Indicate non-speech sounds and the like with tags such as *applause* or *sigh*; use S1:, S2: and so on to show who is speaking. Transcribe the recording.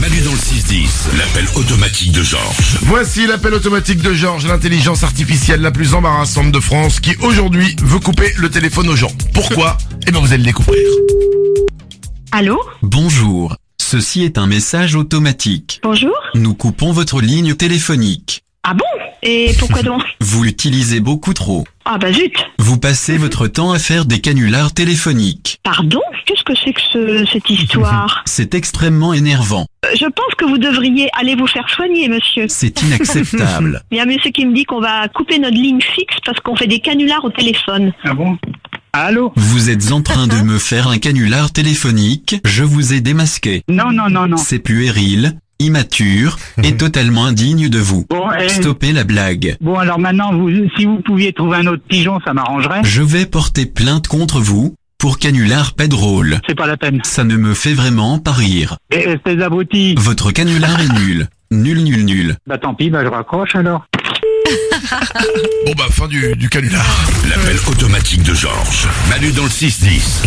S1: Manu dans le 6-10, l'appel automatique de Georges.
S2: Voici l'appel automatique de Georges, l'intelligence artificielle la plus embarrassante de France, qui aujourd'hui veut couper le téléphone aux gens.
S1: *laughs*
S2: Pourquoi Eh bien vous allez le découvrir.
S3: Allô
S4: Bonjour, ceci est un message automatique.
S3: Bonjour
S4: Nous coupons votre ligne téléphonique.
S3: Ah bon Et pourquoi
S5: *laughs*
S3: donc
S4: Vous l'utilisez beaucoup trop.
S3: Ah bah zut
S4: Vous passez votre temps à faire des canulars téléphoniques.
S3: Pardon Qu'est-ce que c'est que ce- cette
S5: *laughs*
S3: histoire
S4: C'est extrêmement énervant.
S3: Euh, Je pense que vous devriez aller vous faire soigner, monsieur. *laughs*
S4: C'est inacceptable.
S3: Il y a un monsieur qui me dit qu'on va couper notre ligne fixe parce qu'on fait des canulars au téléphone.
S5: Ah bon Allô
S4: Vous êtes en train de me faire un canular téléphonique. Je vous ai démasqué.
S5: Non, non, non, non.
S4: C'est puéril, immature et totalement indigne de vous.
S5: Bon, eh,
S4: Stoppez la blague.
S5: bon, alors maintenant, vous, si vous pouviez trouver un autre pigeon, ça m'arrangerait.
S4: Je vais porter plainte contre vous pour canular pas drôle.
S5: C'est pas la peine.
S4: Ça ne me fait vraiment pas rire.
S5: Eh, espèce abruti.
S4: Votre canular est nul. Nul, nul, nul.
S5: Bah tant pis, bah je raccroche alors.
S2: Bon bah fin du, du canular.
S1: L'appel automatique de Georges. Manu dans le 6-10.